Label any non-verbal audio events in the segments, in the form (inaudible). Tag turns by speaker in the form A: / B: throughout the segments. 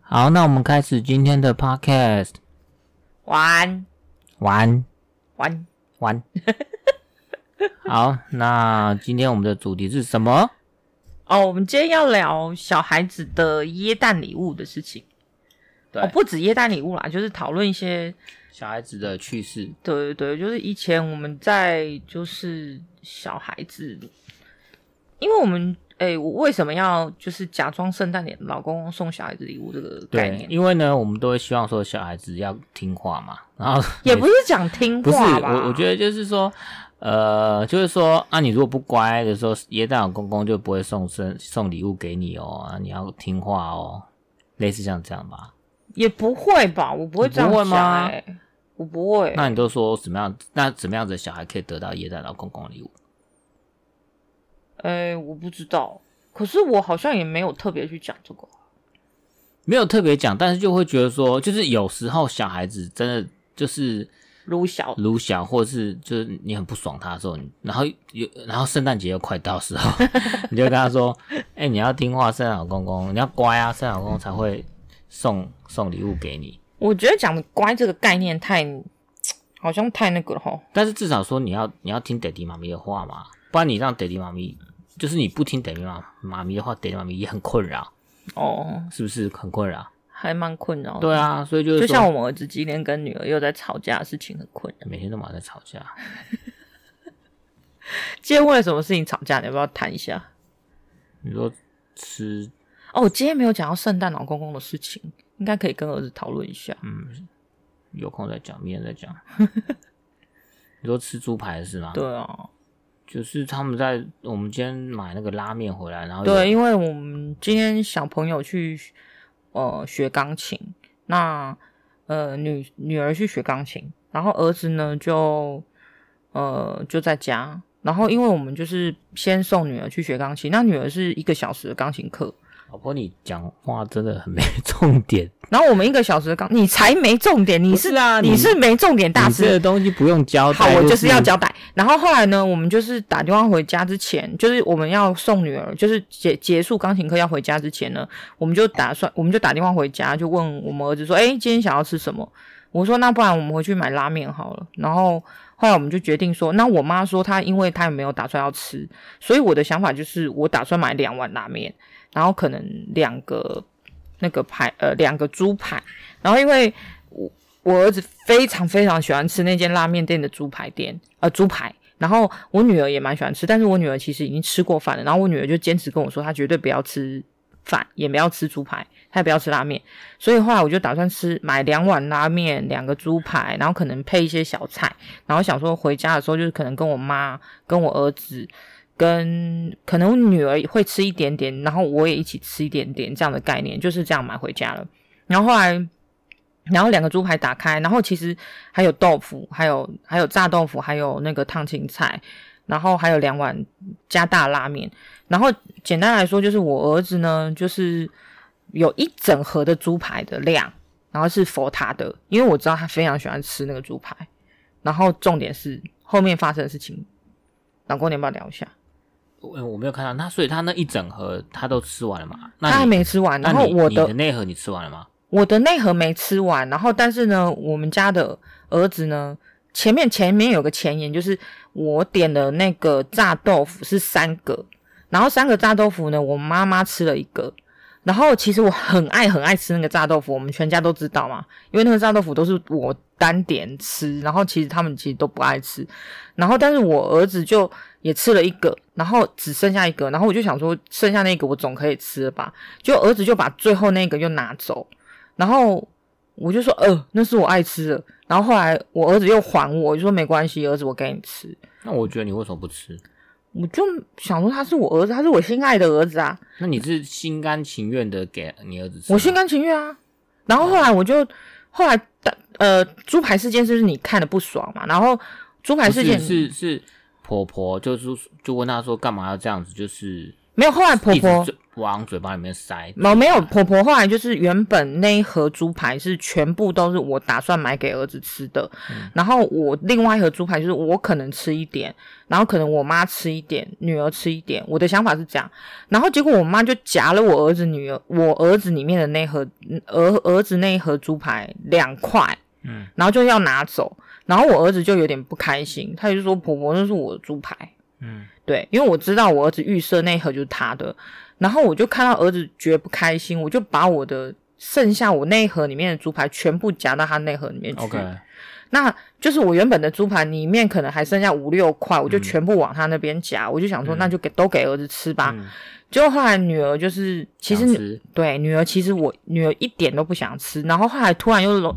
A: 好，那我们开始今天的 podcast。
B: 晚安，
A: 晚安，
B: 晚安。
A: (laughs) 晚安。好，那今天我们的主题是什么？
B: 哦，我们今天要聊小孩子的耶诞礼物的事情。
A: 对
B: 哦，不止耶诞礼物啦，就是讨论一些，
A: 小孩子的趣事。
B: 对对对，就是以前我们在就是小孩子，因为我们诶、我为什么要就是假装圣诞节老公公送小孩子礼物这个概
A: 对，
B: 念？
A: 因为呢，我们都会希望说小孩子要听话嘛，然后
B: 也不是讲听
A: 不是
B: 话吧？
A: 我，我觉得就是说，呃，就是说啊，你如果不乖的时候，耶诞老公公就不会送生送礼物给你哦，啊，你要听话哦，类似像这样吧。
B: 也不会吧，我不会
A: 你
B: 这样
A: 不会
B: 讲、
A: 吗
B: 欸。我不会，
A: 那你都说怎么样？那怎么样子的小孩可以得到耶诞老公公的礼物？
B: 哎、我不知道。可是我好像也没有特别去讲这个。
A: 没有特别讲，但是就会觉得说，就是有时候小孩子真的就是
B: 撸小
A: 如小，或者是就是你很不爽他的时候，你然后有然后圣诞节又快到的时候， (laughs) 你就跟他说：“哎、你要听话，圣诞老公公，你要乖啊，圣诞老公公才会送送礼物给你。
B: 我觉得讲“乖”这个概念太，好像太那个了哈。”
A: 但是至少说你要你要听爹地妈咪的话嘛，不然你让爹地妈咪就是你不听爹地妈妈咪的话，爹地妈咪也很困扰，
B: 哦，
A: 是不是很困扰？
B: 还蛮困扰的。
A: 对啊，所以就是
B: 就
A: 说
B: 像我们儿子今天跟女儿又在吵架的事情很困扰。
A: 每天都忙在吵架。
B: 今天为了什么事情吵架？你要不要谈一下？
A: 你说吃
B: 哦，我今天没有讲到圣诞老公公的事情，应该可以跟儿子讨论一下。
A: 嗯有空再讲，明天再
B: (laughs)
A: 讲。你说吃猪排是吗？，
B: 对啊，
A: 就是他们在我们今天买那个拉面回来，然后有
B: 对，因为我们今天小朋友去呃学钢琴，那呃女女儿去学钢琴，然后儿子呢就呃就在家。然后因为我们就是先送女儿去学钢琴，那女儿是一个小时的钢琴课，
A: 老婆你讲话真的很没 (laughs) 重点，
B: 然后我们一个小时的钢，你才没重点，你是
A: 啊
B: 你是没重点大
A: 你
B: 师
A: 这，个东西不用交代，
B: 好，我
A: 就
B: 就是要交代。然后后来呢，我们就是打电话回家之前，就是我们要送女儿，就是结结束钢琴课要回家之前呢，我们就打算，我们就打电话回家，就问我们儿子说：“哎、今天想要吃什么？”我说：“那不然我们回去买拉面好了。”然后后来我们就决定说，那我妈说她因为她也没有打算要吃，所以我的想法就是我打算买两碗拉面，然后可能两个那个排呃两个猪排，然后因为我我儿子非常非常喜欢吃那间拉面店的猪排店呃猪排，然后我女儿也蛮喜欢吃，但是我女儿其实已经吃过饭了，然后我女儿就坚持跟我说她绝对不要吃饭，也不要吃猪排，她也不要吃拉面，所以后来我就打算吃买两碗拉面，两个猪排，然后可能配一些小菜，然后想说回家的时候就是可能跟我妈跟我儿子。跟可能我女儿会吃一点点，然后我也一起吃一点点，这样的概念就是这样买回家了。然后后来，然后两个猪排打开，然后其实还有豆腐，还有还有炸豆腐，还有那个烫青菜，然后还有两碗加大拉面。然后简单来说，就是我儿子呢，就是有一整盒的猪排的量，然后是佛塔的，因为我知道他非常喜欢吃那个猪排。然后重点是后面发生的事情，老公你要不要聊一下？
A: 呃我我没有看到，那所以他那一整盒他都吃完了嘛？那
B: 他
A: 你
B: 还没吃完，
A: 那
B: 然后
A: 你
B: 我
A: 你
B: 的
A: 的那盒你吃完了吗？
B: 我的内核没吃完，然后但是呢，我们家的儿子呢，前面前面有个前言，就是我点的那个炸豆腐是三个，然后三个炸豆腐呢，我妈妈吃了一个，然后其实我很爱很爱吃那个炸豆腐，我们全家都知道嘛，因为那个炸豆腐都是我单点吃，然后其实他们其实都不爱吃，然后但是我儿子就也吃了一个，然后只剩下一个，然后我就想说剩下那个我总可以吃了吧，就儿子就把最后那个又拿走。然后我就说，呃，那是我爱吃的。然后后来我儿子又还我，我就说没关系，儿子我给你吃。
A: 那我觉得你为什么不吃？
B: 我就想说他是我儿子，他是我心爱的儿子啊，
A: 那你是心甘情愿的给你儿子吃吗？
B: 我心甘情愿啊。然后后来我就后来呃猪排事件是不是你看的不爽嘛？然后猪排
A: 不
B: 事件
A: 是是是婆婆就是就问他说干嘛要这样子，就是
B: 没有，后来婆
A: 一
B: 婆
A: 直嘴往嘴巴里面塞。
B: 没没有婆婆，后来就是原本那一盒猪排是全部都是我打算买给儿子吃的，然后我另外一盒猪排就是我可能吃一点，然后可能我妈吃一点，女儿吃一点，我的想法是这样，然后结果我妈就夹了我儿子女儿我儿子里面的那盒嗯儿儿子那一盒猪排两块，
A: 嗯，
B: 然后就要拿走，然后我儿子就有点不开心，他就说婆婆那是我的猪排，
A: 嗯，
B: 对，因为我知道我儿子预设那一盒就是他的，然后我就看到儿子觉得不开心，我就把我的剩下我那一盒里面的猪排全部夹到他那盒里面去。
A: OK，
B: 那就是我原本的猪排里面可能还剩下五六块，我就
A: 嗯
B: 全部往他那边夹，我就想说
A: 嗯
B: 那就给都给儿子吃吧。
A: 嗯
B: 结果后来女儿就是，其实
A: 想
B: 女
A: 吃
B: 对女儿，其实我女儿一点都不想吃，然后后来突然又拢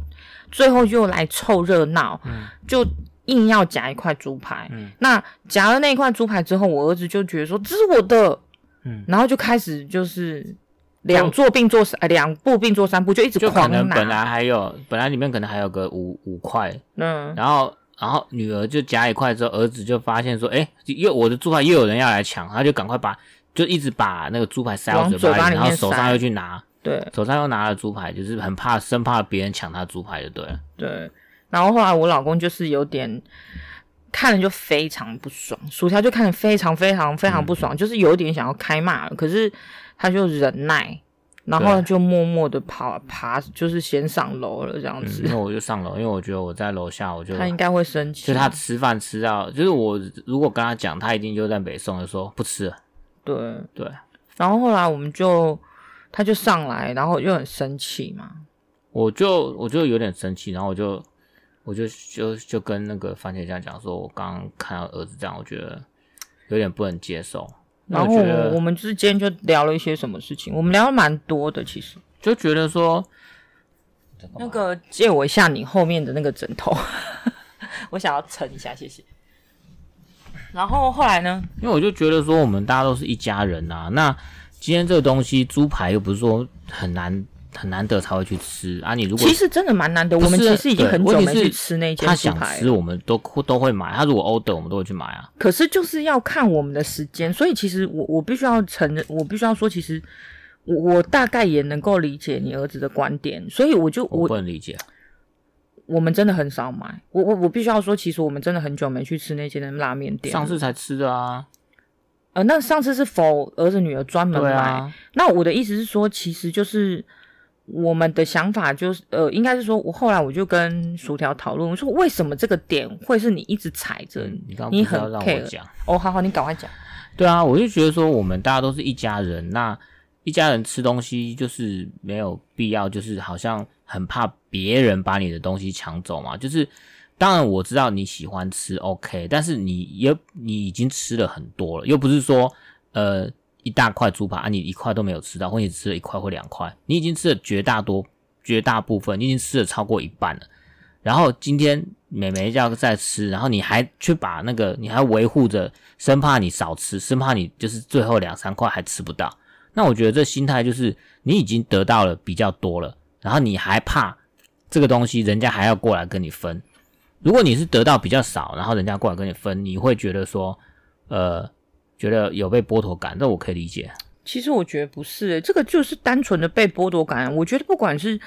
B: 最后又来凑热闹，
A: 嗯
B: 就硬要夹一块猪排。
A: 嗯
B: 那夹了那一块猪排之后，我儿子就觉得说这是我的，
A: 嗯，
B: 然后就开始就是两做并做三，呃两步并做三步，就一直
A: 就可
B: 狂
A: 能
B: 拿。
A: 本来还有，本来里面可能还有个五五块，
B: 嗯，
A: 然后然后女儿就夹一块之后，儿子就发现说，哎、又我的猪排又有人要来抢，他就赶快把就一直把那个猪排塞到
B: 往
A: 嘴
B: 嘴巴
A: 巴
B: 里
A: 里，然后
B: 面
A: 手
B: 塞
A: 上又去拿，
B: 对
A: 手上又拿了猪排，就是很怕生怕别人抢他猪排就对了。
B: 对。然后后来我老公就是有点看了就非常不爽，薯条就看得非常非常非常
A: 嗯
B: 不爽，就是有点想要开骂了，可是他就忍耐。然后
A: 对
B: 就默默的爬爬，就是先上楼了这样
A: 嗯，
B: 子。
A: 那我就上楼，因为我觉得我在楼下我就
B: 他应该会生气。
A: 嗯就他吃饭吃到，就是我如果跟他讲，他一定就在北宋就说不吃了。
B: 对，
A: 对，
B: 然后后来我们就，他就上来，然后又很生气嘛。
A: 我就我就有点生气，然后我就我就就就跟那个番茄酱讲说，我刚刚看到儿子这样，我觉得有点不能接受。那
B: 然
A: 我
B: 后
A: 觉
B: 我
A: 得
B: 们我们之间就聊了一些什么事情，我们聊了蛮多的，其实。
A: 就觉得说，
B: 那个借我一下你后面的那个枕头， (laughs) 我想要撑一下，谢谢。然后后来呢？
A: 因为我就觉得说，我们大家都是一家人啊。那今天这个东西，猪排又不是说很难很难得才会去吃啊。你如果
B: 其实真的蛮难得，我们
A: 不是
B: 其实已经
A: 对
B: 很久
A: 问题
B: 没去
A: 是
B: 吃那间
A: 他
B: 猪
A: 想
B: 排
A: 吃，
B: 了，
A: 我们都都会买。他如果 order，我们都会去买啊。
B: 可是就是要看我们的时间，所以其实我我必须要承认，我必须要说，其实我我大概也能够理解你儿子的观点，所以我就
A: 我
B: 我
A: 不能理解。
B: 我们真的很少买。我我我必须要说，其实我们真的很久没去吃那间的拉面店了。
A: 上次才吃的啊，
B: 呃，那上次是否儿子女儿专门
A: 对
B: 买？
A: 啊，
B: 那我的意思是说，其实就是我们的想法就是呃，应该是说我后来我就跟薯条讨论，我说为什么这个点会是你一直踩着、
A: 嗯你刚刚
B: 你
A: 不是
B: 很
A: 要让我
B: care？
A: 讲？
B: 哦，好好，你赶快讲。
A: 对啊，我就觉得说我们大家都是一家人，那一家人吃东西就是没有必要，就是好像很怕别人把你的东西抢走嘛。就是当然我知道你喜欢吃 OK，但是你也你已经吃了很多了，又不是说呃一大块猪排啊，你一块都没有吃到，或你吃了一块或两块，你已经吃了绝大多绝大部分，你已经吃了超过一半了。然后今天美眉要再吃，然后你还去把那个，你还维护着，生怕你少吃，生怕你就是最后两三块还吃不到。那我觉得这心态就是你已经得到了比较多了，然后你还怕这个东西人家还要过来跟你分。如果你是得到比较少，然后人家过来跟你分，你会觉得说，呃，觉得有被剥夺感，这我可以理解。
B: 其实我觉得不是、欸这个就是单纯的被剥夺感。啊我觉得不管是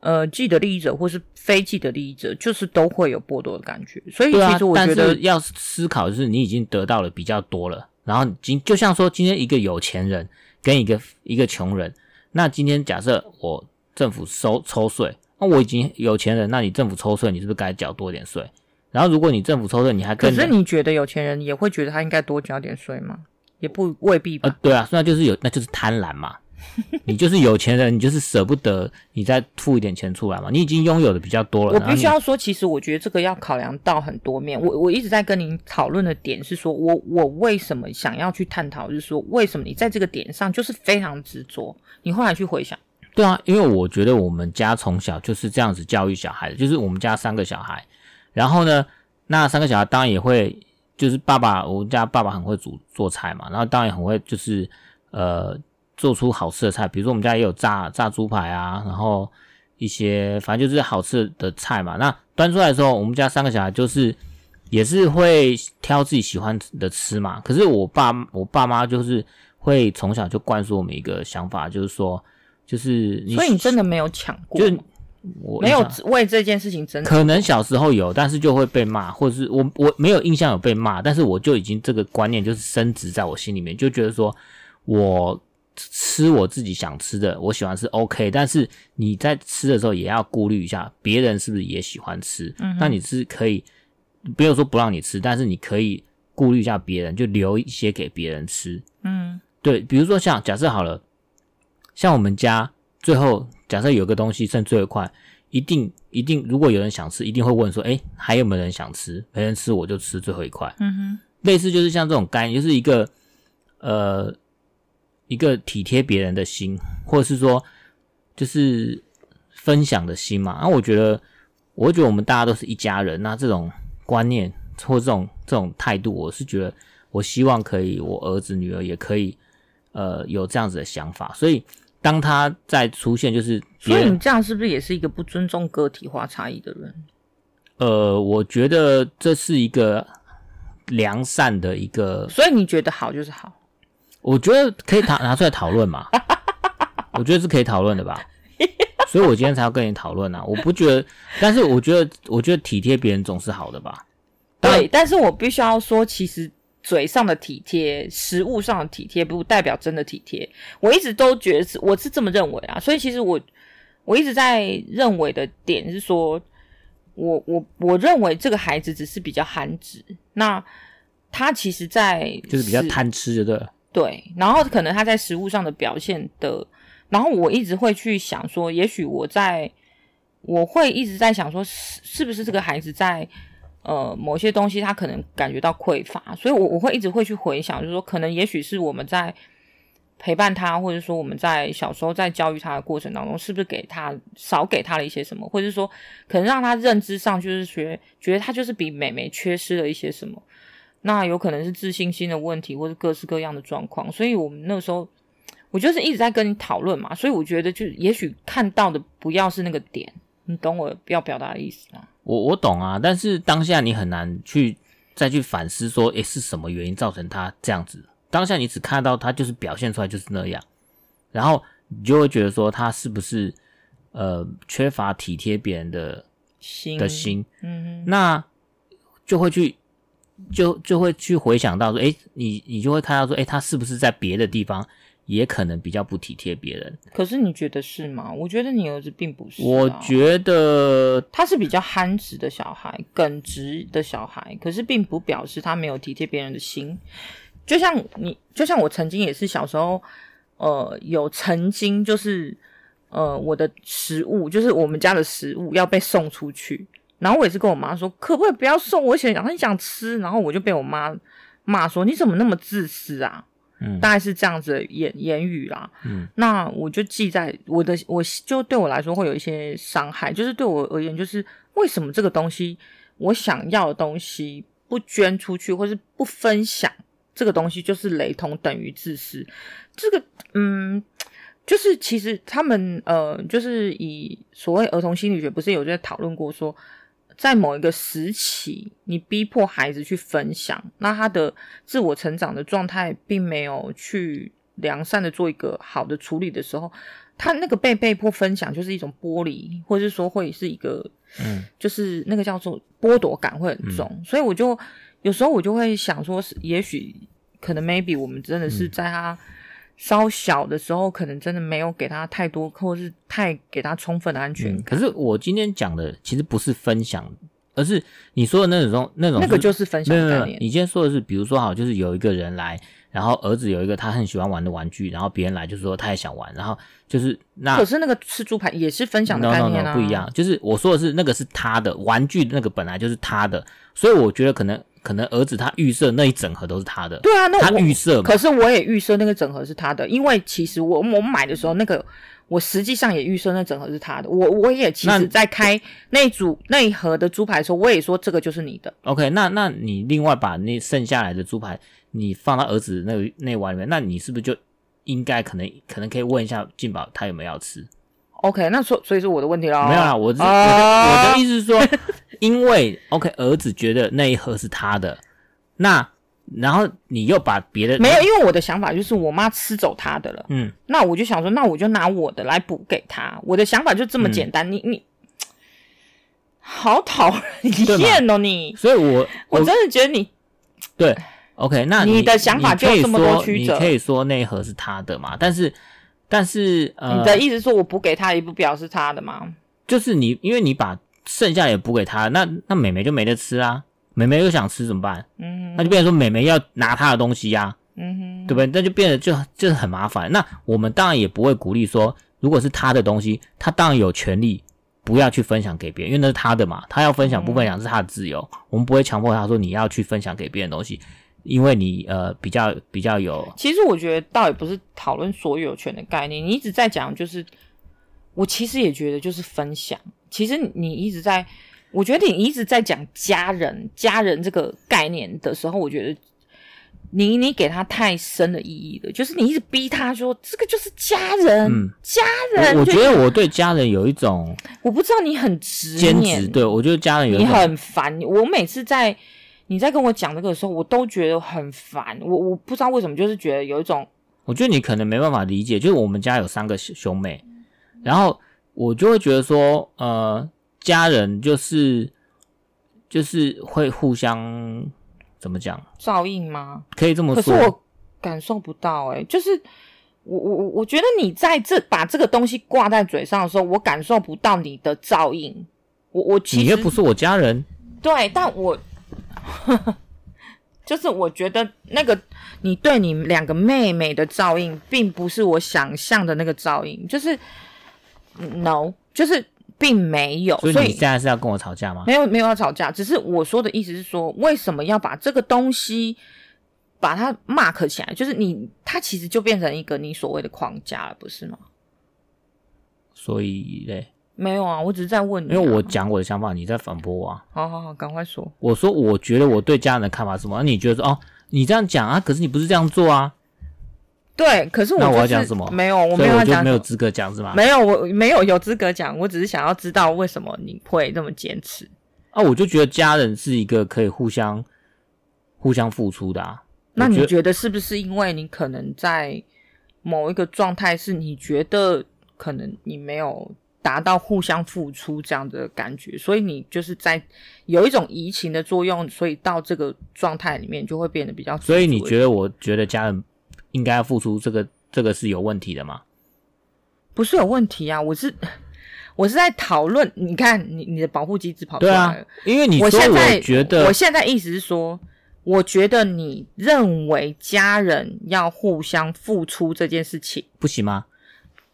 B: 呃既得利益者或是非既得利益者，就是都会有剥夺的感觉。所以
A: 对啊
B: 其实我
A: 但
B: 觉
A: 是
B: 得，
A: 要思考，就是你已经得到了比较多了，然后今就像说今天一个有钱人跟一个一个穷人，那今天假设我政府收抽税，那我已经有钱人，那你政府抽税，你是不是该缴多点税？然后如果你政府抽税，你还
B: 可
A: 跟
B: 是
A: 人
B: 你觉得有钱人也会觉得他应该多交点税吗？也不未必吧。
A: 呃，对啊，那就是有，那就是贪婪
B: (laughs)
A: 嘛。你就是有钱人，你就是舍不得，你再付一点钱出来嘛。你已经拥有的比较多了，
B: 我
A: 然后
B: 必须
A: 你
B: 要说，其实我觉得这个要考量到很多面。我我一直在跟您讨论的点是说，我我为什么想要去探讨，就是说为什么你在这个点上就是非常执着。你后来去回想，
A: 对啊，因为我觉得我们家从小就是这样子教育小孩的，就是我们家三个小孩，然后呢，那三个小孩当然也会，就是爸爸，我们家爸爸很会煮做菜嘛，然后当然也很会就是呃做出好吃的菜，比如说我们家也有炸炸猪排啊，然后一些反正就是好吃的菜嘛。那端出来的时候，我们家三个小孩就是也是会挑自己喜欢的吃嘛。可是我爸我爸妈就是会从小就灌输我们一个想法，就是说，就是你
B: 所以你真的没有抢过
A: 就
B: 吗，
A: 是我
B: 没
A: 印
B: 有
A: 象
B: 为这件事情争
A: 可能小时候有，但是就会被骂，或者是我我没有印象有被骂，但是我就已经这个观念就是深植在我心里面，就觉得说我吃我自己想吃的，我喜欢吃 OK，但是你在吃的时候也要顾虑一下别人是不是也喜欢吃，
B: 嗯哼
A: 那你是可以不要说不让你吃，但是你可以顾虑一下别人，就留一些给别人吃，
B: 嗯
A: 对，比如说像假设好了，像我们家最后假设有个东西剩最后一块，一定一定，如果有人想吃，一定会问说，哎、还有没有人想吃？没人吃我就吃最后一块。
B: 嗯哼，
A: 类似就是像这种概念，就是一个呃一个体贴别人的心，或者是说就是分享的心嘛。然、后我觉得，我会觉得我们大家都是一家人，那这种观念或这种这种态度，我是觉得我希望可以，我儿子女儿也可以呃有这样子的想法。所以当他在出现就是别
B: 所以
A: 人
B: 你这样是不是也是一个不尊重个体化差异的人？
A: 呃，我觉得这是一个良善的一个
B: 所以你觉得好就是好，
A: 我觉得可以拿拿出来讨论嘛，我觉得是可以讨论的吧。所以我今天才要跟你讨论啊！我不觉得，但是我觉得，我觉得体贴别人总是好的吧。当然
B: 对，但是我必须要说，其实嘴上的体贴、食物上的体贴，不代表真的体贴。我一直都觉得是，我是这么认为啊。所以其实我我一直在认为的点是说，我我我认为这个孩子只是比较含脂，那他其实在
A: 就是比较贪吃，就对了。
B: 对，然后可能他在食物上的表现的，然后我一直会去想说，也许我在，我会一直在想说，是是不是这个孩子在呃某些东西他可能感觉到匮乏，所以我我会一直会去回想，就是说，可能也许是我们在陪伴他，或者说我们在小时候在教育他的过程当中，是不是给他少给他了一些什么，或者是说可能让他认知上就是觉觉得他就是比美眉缺失了一些什么。那有可能是自信心的问题，或是各式各样的状况。所以我们那时候，我就是一直在跟你讨论嘛，所以我觉得就也许看到的不要是那个点，你懂我要表达的意思吗？
A: 我我懂啊，但是当下你很难去再去反思说，诶、是什么原因造成他这样子？当下你只看到他就是表现出来就是那样，然后你就会觉得说他是不是呃缺乏体贴别人的
B: 心
A: 的，心？
B: 嗯
A: 那就会去就就会去回想到说，诶，你你就会看到说，诶，他是不是在别的地方也可能比较不体贴别人？
B: 哼，可是你觉得是吗？我觉得你儿子并不是啊、
A: 我觉得
B: 他是比较憨直的小孩，耿直的小孩，可是并不表示他没有体贴别人的心。就像你，就像我曾经也是小时候，呃，有曾经就是，呃，我的食物就是我们家的食物要被送出去，然后我也是跟我妈说，可不可以不要送？我想很想吃，然后我就被我妈骂说你怎么那么自私啊？
A: 嗯
B: 大概是这样子的言言语啦。
A: 嗯，
B: 那我就记在我的，我就对我来说会有一些伤害，就是对我而言，就是为什么这个东西我想要的东西不捐出去，或是不分享这个东西，就是雷同等于自私。这个，嗯。就是其实他们呃，就是以所谓儿童心理学，不是有在讨论过说，在某一个时期，你逼迫孩子去分享，那他的自我成长的状态并没有去良善的做一个好的处理的时候，他那个被被迫分享就是一种剥离，或者是说会是一个，
A: 嗯，
B: 就是那个叫做剥夺感会很重，所以我就有时候我就会想说是，也许可能 maybe 我们真的
A: 嗯
B: 是在他。稍小的时候，可能真的没有给他太多，或是太给他充分的安全
A: 嗯可
B: 感，
A: 是我今天讲的其实不是分享，而是你说的那种那种
B: 那个就是分享
A: 没有
B: 的
A: 没有
B: 概
A: 没有
B: 念。
A: 你今天说的是，比如说好，就是有一个人来，然后儿子有一个他很喜欢玩的玩具，然后别人来就说他也想玩，然后就是那
B: 可是那个吃猪排也是分享的
A: no,
B: 概
A: no,
B: 念
A: no,
B: 啊，
A: 不一样。就是我说的是那个是他的玩具，那个本来就是他的，所以我觉得可能可能儿子他预设那一整盒都是他的，
B: 对啊，那
A: 他
B: 我
A: 预设嘛，
B: 可是我也预设那个整盒是他的，因为其实我我买的时候，那个我实际上也预设那整盒是他的。我我也其
A: 那
B: 实在开那一组那一盒的猪排的时候，我也说这个就是你的。
A: OK，那那你另外把那剩下来的猪排，你放到儿子那个那碗里面，那你是不是就应该可能可能可以问一下进宝他有没有要吃？
B: OK，那所所以是我的问题喽。
A: 没有啦，我是、我的我
B: 哦
A: 的意思是说，因为 OK 儿子觉得那一盒是他的，那然后你又把别的
B: 没有，，因为我的想法就是我妈吃走她的了，
A: 嗯，
B: 那我就想说，那我就拿我的来补给她。我的想法就这
A: 嗯
B: 么简单，你你好讨人
A: 对嘛
B: 厌哦，你
A: 所以我
B: 我真的觉得你
A: 对，OK，那
B: 你的想法
A: 你可以
B: 就这么多
A: 说
B: 曲折
A: 你可以说那一盒是他的嘛，但是但是呃，
B: 你的意思说我补给她也不表示她的吗？
A: 就是你因为你把剩下的也补给他，那那美眉就没得吃啊，美眉又想吃怎么办？
B: 嗯
A: 那就变成说美眉要拿她的东西呀、
B: 嗯哼，
A: 对不对？那就变得就就是很麻烦。那我们当然也不会鼓励说，如果是他的东西，他当然有权利不要去分享给别人，因为那是他的嘛，他要分享不
B: 嗯
A: 分享是他的自由，我们不会强迫他说你要去分享给别人的东西，因为你呃比较比较有
B: 其实我觉得倒也不是讨论所有权的概念，你一直在讲就是，我其实也觉得就是分享。其实你一直在，我觉得你一直在讲家人家人这个概念的时候，我觉得你你给他太深的意义了，就是你一直逼他说这个就是家人，
A: 嗯
B: 家人
A: 我我
B: 就
A: 觉得我对家人有一种
B: 我不知道你很执
A: 坚持，
B: 念，
A: 对我觉得家人有一
B: 你
A: 种
B: 很烦。我每次在你在跟我讲这个的时候，我都觉得很烦。我我不知道为什么，就是觉得有一种
A: 我觉得你可能没办法理解，就是我们家有三个兄兄妹，然后我就会觉得说，呃，家人就是就是会互相怎么讲，
B: 照应吗？
A: 可以这么
B: 可是
A: 说，
B: 我感受不到、欸，就是我我我我觉得你在这把这个东西挂在嘴上的时候，我感受不到你的噪音。我我其
A: 你
B: 实
A: 又不是我家人，
B: 对，但我 (laughs) 就是我觉得那个你对你两个妹妹的照应，并不是我想象的那个照应，就是嗯 no，就是并没有，
A: 所以
B: 所
A: 你
B: 以
A: 现在是要跟我吵架吗？
B: 没有没有要吵架，只是我说的意思是说，为什么要把这个东西把它 mark 起来？就是你，它其实就变成一个你所谓的框架了，不是吗？
A: 所以嘞，
B: 没有啊，我只是在问你、
A: 因为我，讲我的想法，你在反驳我、啊。
B: 好好好，赶快说。
A: 我说我觉得我对家人的看法是什么，那你觉得说哦，你这样讲啊，可是你不是这样做啊，
B: 对，可是我、就
A: 那
B: 是、
A: 我要讲什么
B: 没有，我
A: 所
B: 没
A: 以
B: 有
A: 我
B: 要
A: 就
B: 讲
A: 没有
B: 什么
A: 资格啊讲是吗？
B: 没有，我没有有资格讲，我只是想要知道为什么你会这么坚持。
A: 啊，我就觉得家人是一个可以互相互相付出的啊。
B: 那
A: 我觉
B: 你
A: 得
B: 觉得是不是因为你可能在某一个状态是你觉得可能你没有达到互相付出这样的感觉，所以你就是在有一种移情的作用，所以到这个状态里面就会变得比较执着
A: 所
B: 一点。
A: 以你觉得，我觉得家人应该要付出这个，这个是有问题的吗？
B: 不是有问题啊？我是我是在讨论，你看你你的保护机制跑出
A: 对
B: 来
A: 啊
B: 了。，
A: 因为你说
B: 哦我现在
A: 觉
B: 我
A: 得，
B: 现在意思是说，我觉得你认为家人要互相付出这件事情。
A: 不行吗？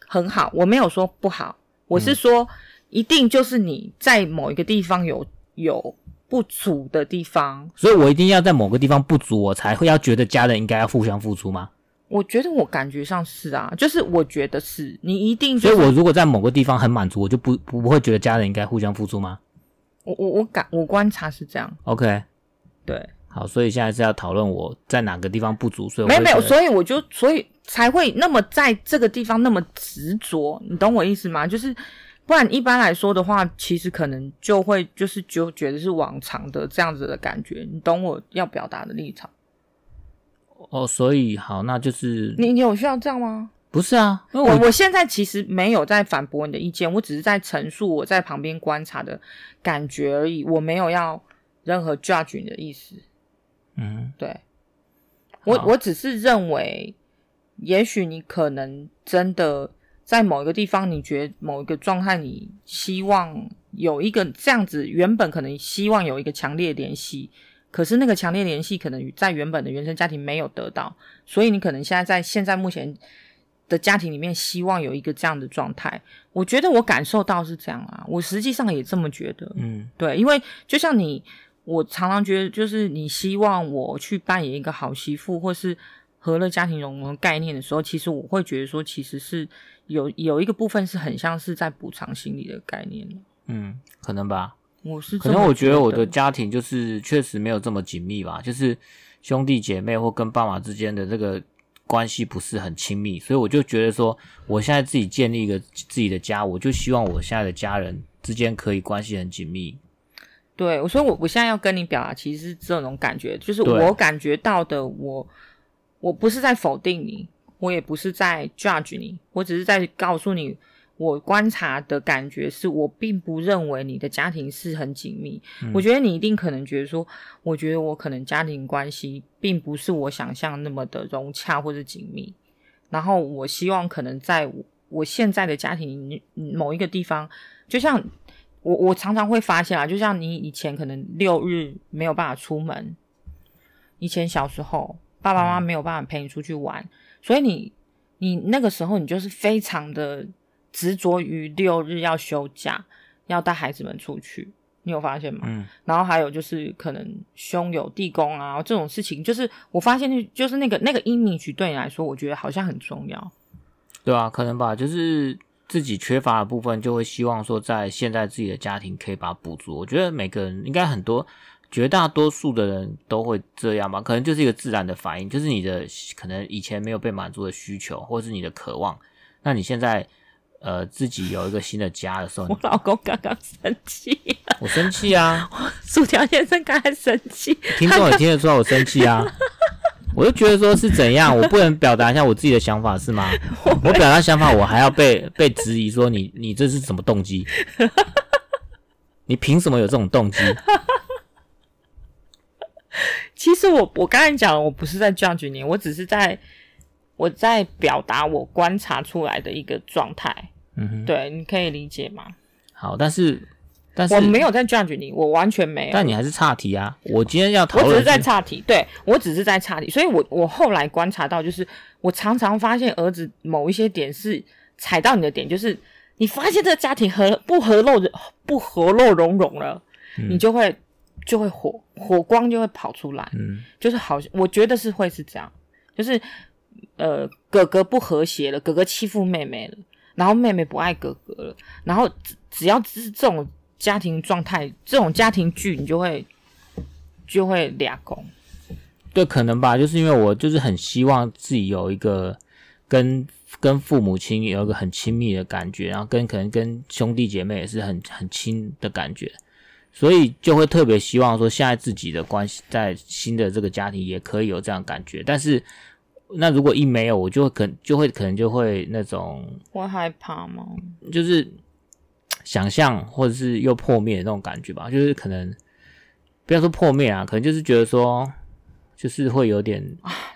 B: 很好，我没有说不好，我
A: 嗯
B: 是说、一定就是你在某一个地方有有不足的地方。
A: 所以我一定要在某个地方不足，我才会要觉得家人应该要互相付出吗？
B: 我觉得我感觉上是啊，就是我觉得是你一定、就
A: 所
B: 是，
A: 以我如果在某个地方很满足，我就不不不会觉得家人应该互相付出吗
B: 我我我感我观察是这样，
A: ？OK，
B: 对，
A: 好，所以现在是要讨论我在哪个地方不足，所以我
B: 没有
A: 会
B: 没有，
A: 觉得
B: 所以我就所以才会那么在这个地方那么执着，你懂我意思吗？就是不然一般来说的话，其实可能就会就是就觉得是往常的这样子的感觉，你懂我要表达的立场？
A: 哦，所以好，那就是
B: 你你有需要这样吗？
A: 不是啊？因为
B: 我
A: 我
B: 我现在其实没有在反驳你的意见，我只是在陈述我在旁边观察的感觉而已，我没有要任何 judge 你的意思。
A: 嗯，
B: 对我
A: 好，
B: 我只是认为，也许你可能真的在某一个地方，你觉得某一个状态，你希望有一个这样子，原本可能希望有一个强烈联系，可是那个强烈联系可能在原本的原生家庭没有得到，所以你可能现在在现在目前的家庭里面，希望有一个这样的状态。我觉得我感受到是这样啊，我实际上也这么觉得。
A: 嗯
B: 对，因为就像你，我常常觉得，就是你希望我去扮演一个好媳妇，或是和乐家庭融融概念的时候，其实我会觉得说，其实是有有一个部分是很像是在补偿心理的概念的
A: 嗯，可能吧。
B: 我是
A: 可
B: 这
A: 能
B: 么
A: 我觉
B: 觉
A: 得我的家庭就是确实没有这么紧密吧，就是兄弟姐妹或跟爸妈之间的这个关系不是很亲密，所以我就觉得说，我现在自己建立一个自己的家，我就希望我现在的家人之间可以关系很紧密。
B: 对，所以我我现在要跟你表达，其实是这种感觉，就是
A: 对
B: 我感觉到的，我我不是在否定你，我也不是在 judge 你，我只是在告诉你，我观察的感觉是我并不认为你的家庭是很紧密。我觉得你一定可能觉得说，我觉得我可能家庭关系并不是我想象那么的融洽或者紧密，然后我希望可能在我我现在的家庭里某一个地方，就像我我常常会发现啊，就像你以前可能六日没有办法出门，以前小时候爸爸妈妈没有办法陪你出去玩，所以你你那个时候你就是非常的执着于六日要休假，要带孩子们出去，你有发现吗？
A: 嗯，
B: 然后还有就是可能兄友弟恭啊这种事情，就是我发现就就是那个那个 image 对你来说，我觉得好像很重 (laughs) 要。
A: 对啊，可能吧，就是自己缺乏的部分，就会希望说在现在自己的家庭可以把它补足。我觉得每个人应该很多，绝大多数的人都会这样吧，可能就是一个自然的反应，就是你的可能以前没有被满足的需求，或是你的渴望，那你现在。呃，自己有一个新的家的时候，你
B: 我老公刚刚生气，
A: 我生气啊！
B: (laughs) 薯条先生刚才生气，
A: 听众也听得出来我生气
B: (laughs)
A: 啊！我就觉得说是怎样，我不能表达一下我自己的想法是
B: (laughs)
A: 吗？我表达想法，我还要被被质疑说你你这是什么动机？你凭什么有这种动机？
B: 其实我我刚才讲，我不是在 judge 你，我只是在我在表达我观察出来的一个状态。
A: 嗯哼，
B: 对，你可以理解吗？
A: 好，但是但是
B: 我没有在 judge 你，我完全没有。
A: 但你还是岔题啊！我今天要讨
B: 我只
A: 论
B: 是在
A: 是
B: 岔题，对我只是在岔题，所以我我后来观察到，就是我常常发现儿子某一些点是踩到你的点，就是你发现这个家庭和不和乐不和乐融融了，你就会就会火火光就会跑出来，
A: 嗯
B: 就是好，我觉得是会是这样，就是呃哥哥不和谐了，哥哥欺负妹妹了，然后妹妹不爱哥哥了，然后只只要是这种家庭状态，这种家庭剧，你就会就会俩公。
A: 对，可能吧，就是因为我就是很希望自己有一个跟跟父母亲有一个很亲密的感觉，然后跟可能跟兄弟姐妹也是很很亲的感觉，所以就会特别希望说，现在自己的关系在新的这个家庭也可以有这样的感觉，但是。那如果一没有，我就会可就会可能就会那种
B: 会害怕吗？
A: 就是嘖想象或者是又破灭的那种感觉吧，就是可能不要说破灭啊，可能就是觉得说，就是会有点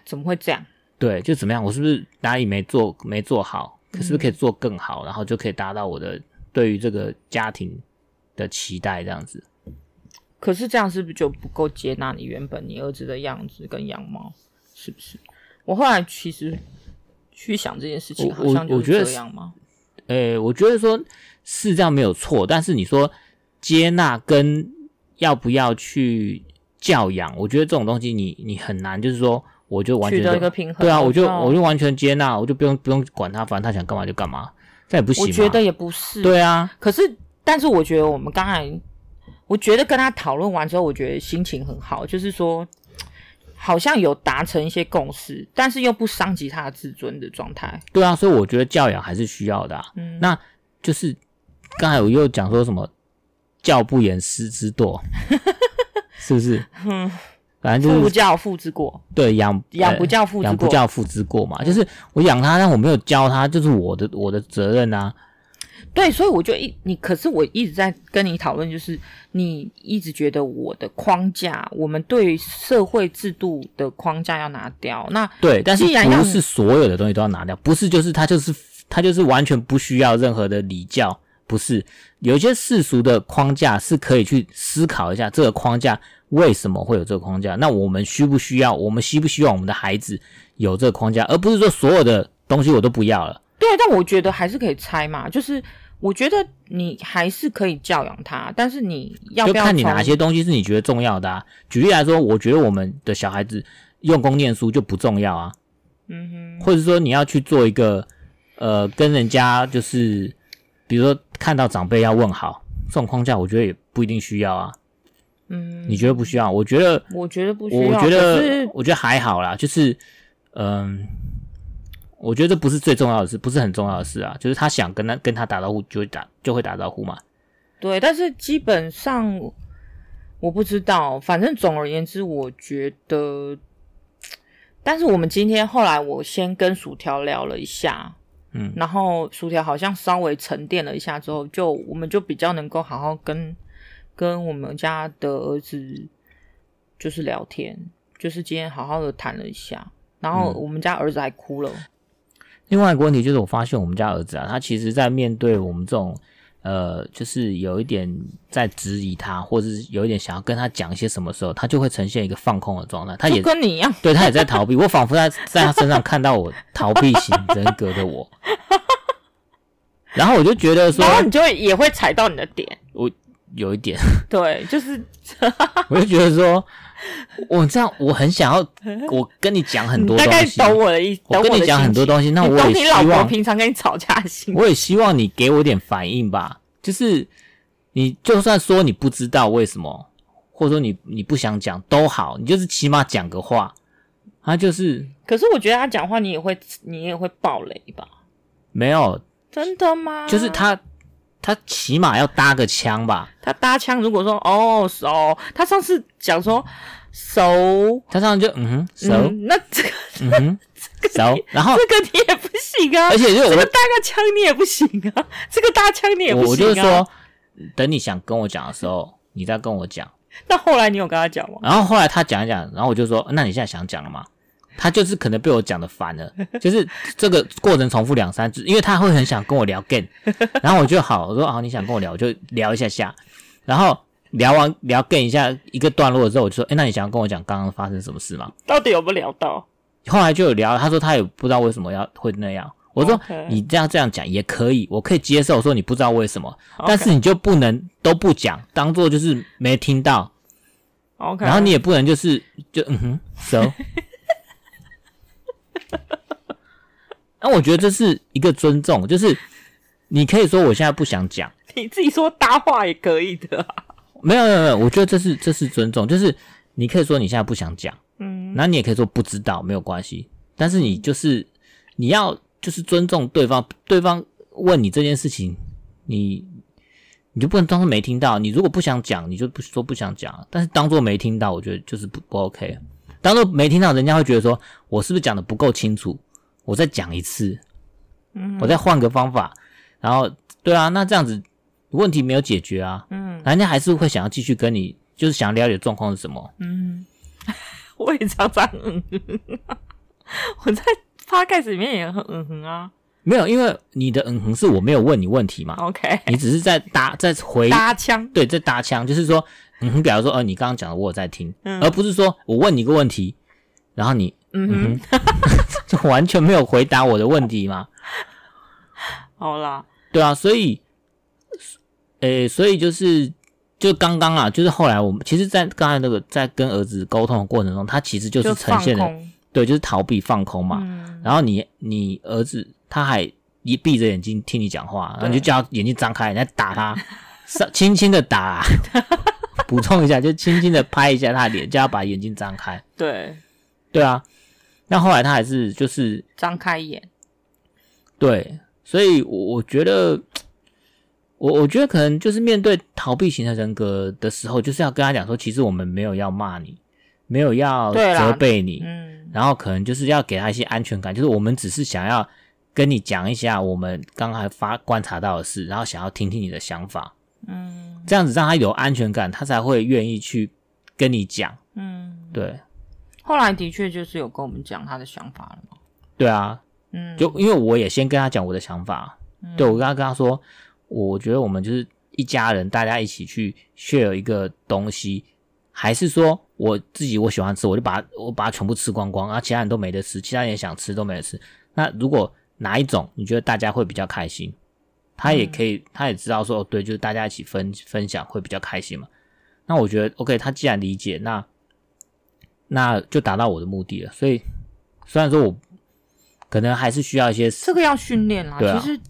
B: 怎么会这样？
A: 对，就怎么样，我是不是哪里没做没做好，可是不是
B: 嗯
A: 可以做更好，然后就可以达到我的对于这个家庭的期待这样子。
B: 可是这样是不是就不够接纳你原本你儿子的样子跟样貌？是不是？我后来其实去想这件事情，
A: 我
B: 好像
A: 我
B: 就
A: 我觉得
B: 这
A: 是
B: 样吗？
A: 诶、我觉得说是这样没有错，但是你说接纳跟要不要去教养，我觉得这种东西你你很难，就是说我就完全
B: 取得
A: 都
B: 一个平衡。哦
A: 对啊，我就
B: 知道
A: 我就完全接纳，我就不用不用管他，反正他想干嘛就干嘛，这也不行
B: 我
A: 嘛。
B: 觉得也不是，
A: 对啊，
B: 可是，但是我觉得我们刚才，我觉得跟他讨论完之后，我觉得心情很好，就是说，好像有达成一些共识，但是又不伤及他的自尊的状态。
A: 对啊，所以我觉得教养还是需要的、啊。
B: 嗯
A: 那就是刚才我又讲说什么教不严师之
B: (laughs)
A: 惰，是不是？
B: 嗯
A: 反正
B: 父
A: 就
B: 不
A: 是
B: 教，父之过；
A: 对养
B: 养不
A: 呃
B: 教，父之
A: 养不
B: 过。嗯
A: 教父之过嘛，就是我养他，但我没有教他，就是我的我的责任啊。
B: 对，所以我就一你，可是我一直在跟你讨论，就是你一直觉得我的框架，我们对于社会制度的框架要拿掉。那
A: 对，但是
B: 既然要
A: 不是所有的东西都要拿掉，不是就是他就是他就是完全不需要任何的礼教，不是有一些世俗的框架是可以去思考一下这个框架为什么会有这个框架，那我们需不需要，我们希不希望我们的孩子有这个框架，而不是说所有的东西我都不要了。
B: 对，但我觉得还是可以猜嘛，就是我觉得你还是可以教养他，但是你要
A: 就
B: 不要
A: 看你哪
B: 从
A: 些东西是你觉得重要的啊。举例来说，我觉得我们的小孩子用功念书就不重要啊，
B: 嗯
A: 或者说你要去做一个呃跟人家就是，比如说看到长辈要问好这种框架，我觉得也不一定需要啊。
B: 哼，嗯，
A: 你觉得不需要？我觉得
B: 我觉得不需
A: 我
B: 要，
A: 我觉
B: 可
A: 得
B: 是
A: 我觉得还好啦，就是嗯。我觉得这不是最重要的事，不是很重要的事啊，就是他想跟他跟他打招呼就会打就会打招呼嘛，
B: 对，但是基本上我不知道，反正总而言之，我觉得，但是我们今天后来我先跟薯条聊了一下，
A: 嗯
B: 然后薯条好像稍微沉淀了一下之后，就我们就比较能够好好跟跟我们家的儿子就是聊天，就是今天好好的谈了一下，然后
A: 嗯
B: 我们家儿子还哭了，
A: 另外一个问题就是，我发现我们家儿子啊，他其实在面对我们这种，呃，就是有一点在质疑他，或是有一点想要跟他讲一些什么时候，他就会呈现一个放空的状态，他
B: 就
A: 也
B: 跟你一样，
A: 对他也在逃避。我仿佛在在他身上看到我逃避型人格的我，然后我就觉得说
B: 然，后你就会也会踩到你的点，
A: 我有一点， (laughs)
B: 对，就是
A: 我就觉得说，我这样我很想要，我跟你讲很多
B: 大
A: 东
B: 概
A: 西，
B: 懂我的意，
A: 我
B: 懂
A: 跟
B: 我
A: 你
B: 的
A: 讲
B: 心
A: 很多
B: 情
A: 东西，那
B: 你
A: 我
B: 懂
A: 也
B: 你
A: 希
B: 老婆
A: 望
B: 平常跟你吵架的 (laughs) 心，
A: 我也希望你给我点反应吧，就是你就算说你不知道为什么，或者说你你不想讲都好，你就是起码讲个话。他就是
B: 可是我觉得他讲话你也会，你也会爆雷吧？
A: 没有，
B: 真的吗？
A: 就是他他起码要搭个腔吧。
B: 他搭腔，如果说哦熟，他上次讲说熟，
A: 他上来就嗯哼熟
B: 嗯，那这个
A: 嗯哼熟，然后
B: 这个你也不行啊，
A: 而且就是
B: (laughs) 这
A: 我
B: 个
A: 的
B: 搭个腔你也不行啊，这个搭腔你也不
A: 我
B: 行啊。
A: 我就是说，等你想跟我讲的时候，你再跟我讲。
B: 那后来你有跟他讲吗？
A: 然后后来他讲一讲，然后我就说：“那你现在想讲了吗？”他就是可能被我讲的烦了，就是这个过程重复两三次，因为他会很想跟我聊 game，然后我就好，我说好，你想跟我聊，我就聊一下下，然后聊完聊 game 一下一个段落之后，我就说，哎，那你想要跟我讲刚刚发生什么事吗？
B: 到底有没有聊到？
A: 后来就有聊，他说他也不知道为什么要会那样，我说
B: OK
A: 你这样这样讲也可以，我可以接受，说你不知道为什么，但
B: OK
A: 是你就不能都不讲，当做就是没听到，
B: OK，
A: 然后你也不能就是就嗯哼熟。 (laughs) 那我觉得这是一个尊重，就是你可以说我现在不想讲，
B: 你自己说搭话也可以的啊、
A: 没有没有没有，我觉得这是这是尊重，就是你可以说你现在不想讲，
B: 嗯，
A: 然后你也可以说不知道，没有关系，但是你就是你要就是尊重对方，对方问你这件事情，你你就不能当做没听到，你如果不想讲，你就不说不想讲，但是当做没听到，我觉得就是不不 OK，当做没听到，人家会觉得说我是不是讲的不够清楚，我再讲一次，我再换个方法，然后对啊，那这样子问题没有解决啊，嗯，人家还是会想要继续跟你，就是想要了解状况是什么，
B: (laughs) 我也常常嗯哼 (laughs) 啊，我在 podcast 里面也很嗯哼啊。
A: 没有，因为你的嗯哼是我没有问你问题嘛，
B: OK，
A: 你只是在搭在回
B: 哦搭腔，
A: 对在搭腔，就是说嗯哼，比如说呃你刚刚讲的我有在听，
B: 嗯
A: 而不是说我问你一个问题，然后你
B: 嗯哼，
A: (laughs) 就完全没有回答我的问题嘛，
B: 好啦，
A: 对啊，所以，诶、所以就是就刚刚啊，就是后来我们其实，在刚才那个在跟儿子沟通的过程中，他其实就
B: 就是
A: 呈
B: 放
A: 现了
B: 空，
A: 对，就是逃避放空嘛，
B: 嗯，
A: 然后你你儿子他还一闭着眼睛听你讲话，然后你就叫他眼睛张开，你再打他，上轻轻的打、 (laughs) 补充一下，就轻轻的拍一下他的脸，叫他把眼睛张开。
B: 对，
A: 对啊，那后来他还是就是
B: 张开眼，
A: 对，所以我我觉得，我我觉得可能就是面对逃避型的人格的时候，就是要跟他讲说，其实我们没有要骂你，没有要
B: 对啦
A: 责备你，
B: 嗯，
A: 然后可能就是要给他一些安全感，就是我们只是想要跟你讲一下我们刚才发观察到的事，然后想要听听你的想法，
B: 嗯
A: 这样子让他有安全感，他才会愿意去跟你讲。
B: 嗯，
A: 对，
B: 后来的确就是有跟我们讲他的想法了嘛，
A: 对啊，
B: 嗯，
A: 就因为我也先跟他讲我的想法，
B: 嗯
A: 对我刚刚跟他说，我觉得我们就是一家人，大家一起去 share 一个东西，还是说我自己我喜欢吃，我就把它我把它全部吃光光，然后其他人都没得吃，其他人也想吃都没得吃。那如果哪一种你觉得大家会比较开心，他
B: 嗯
A: 也可以，他也知道说，哦对，就是大家一起分分享会比较开心嘛。那我觉得 OK，他既然理解，那那就达到我的目的了。所以虽然说我可能还是需要一些
B: 这个要训练啦，
A: 对啊
B: 其实。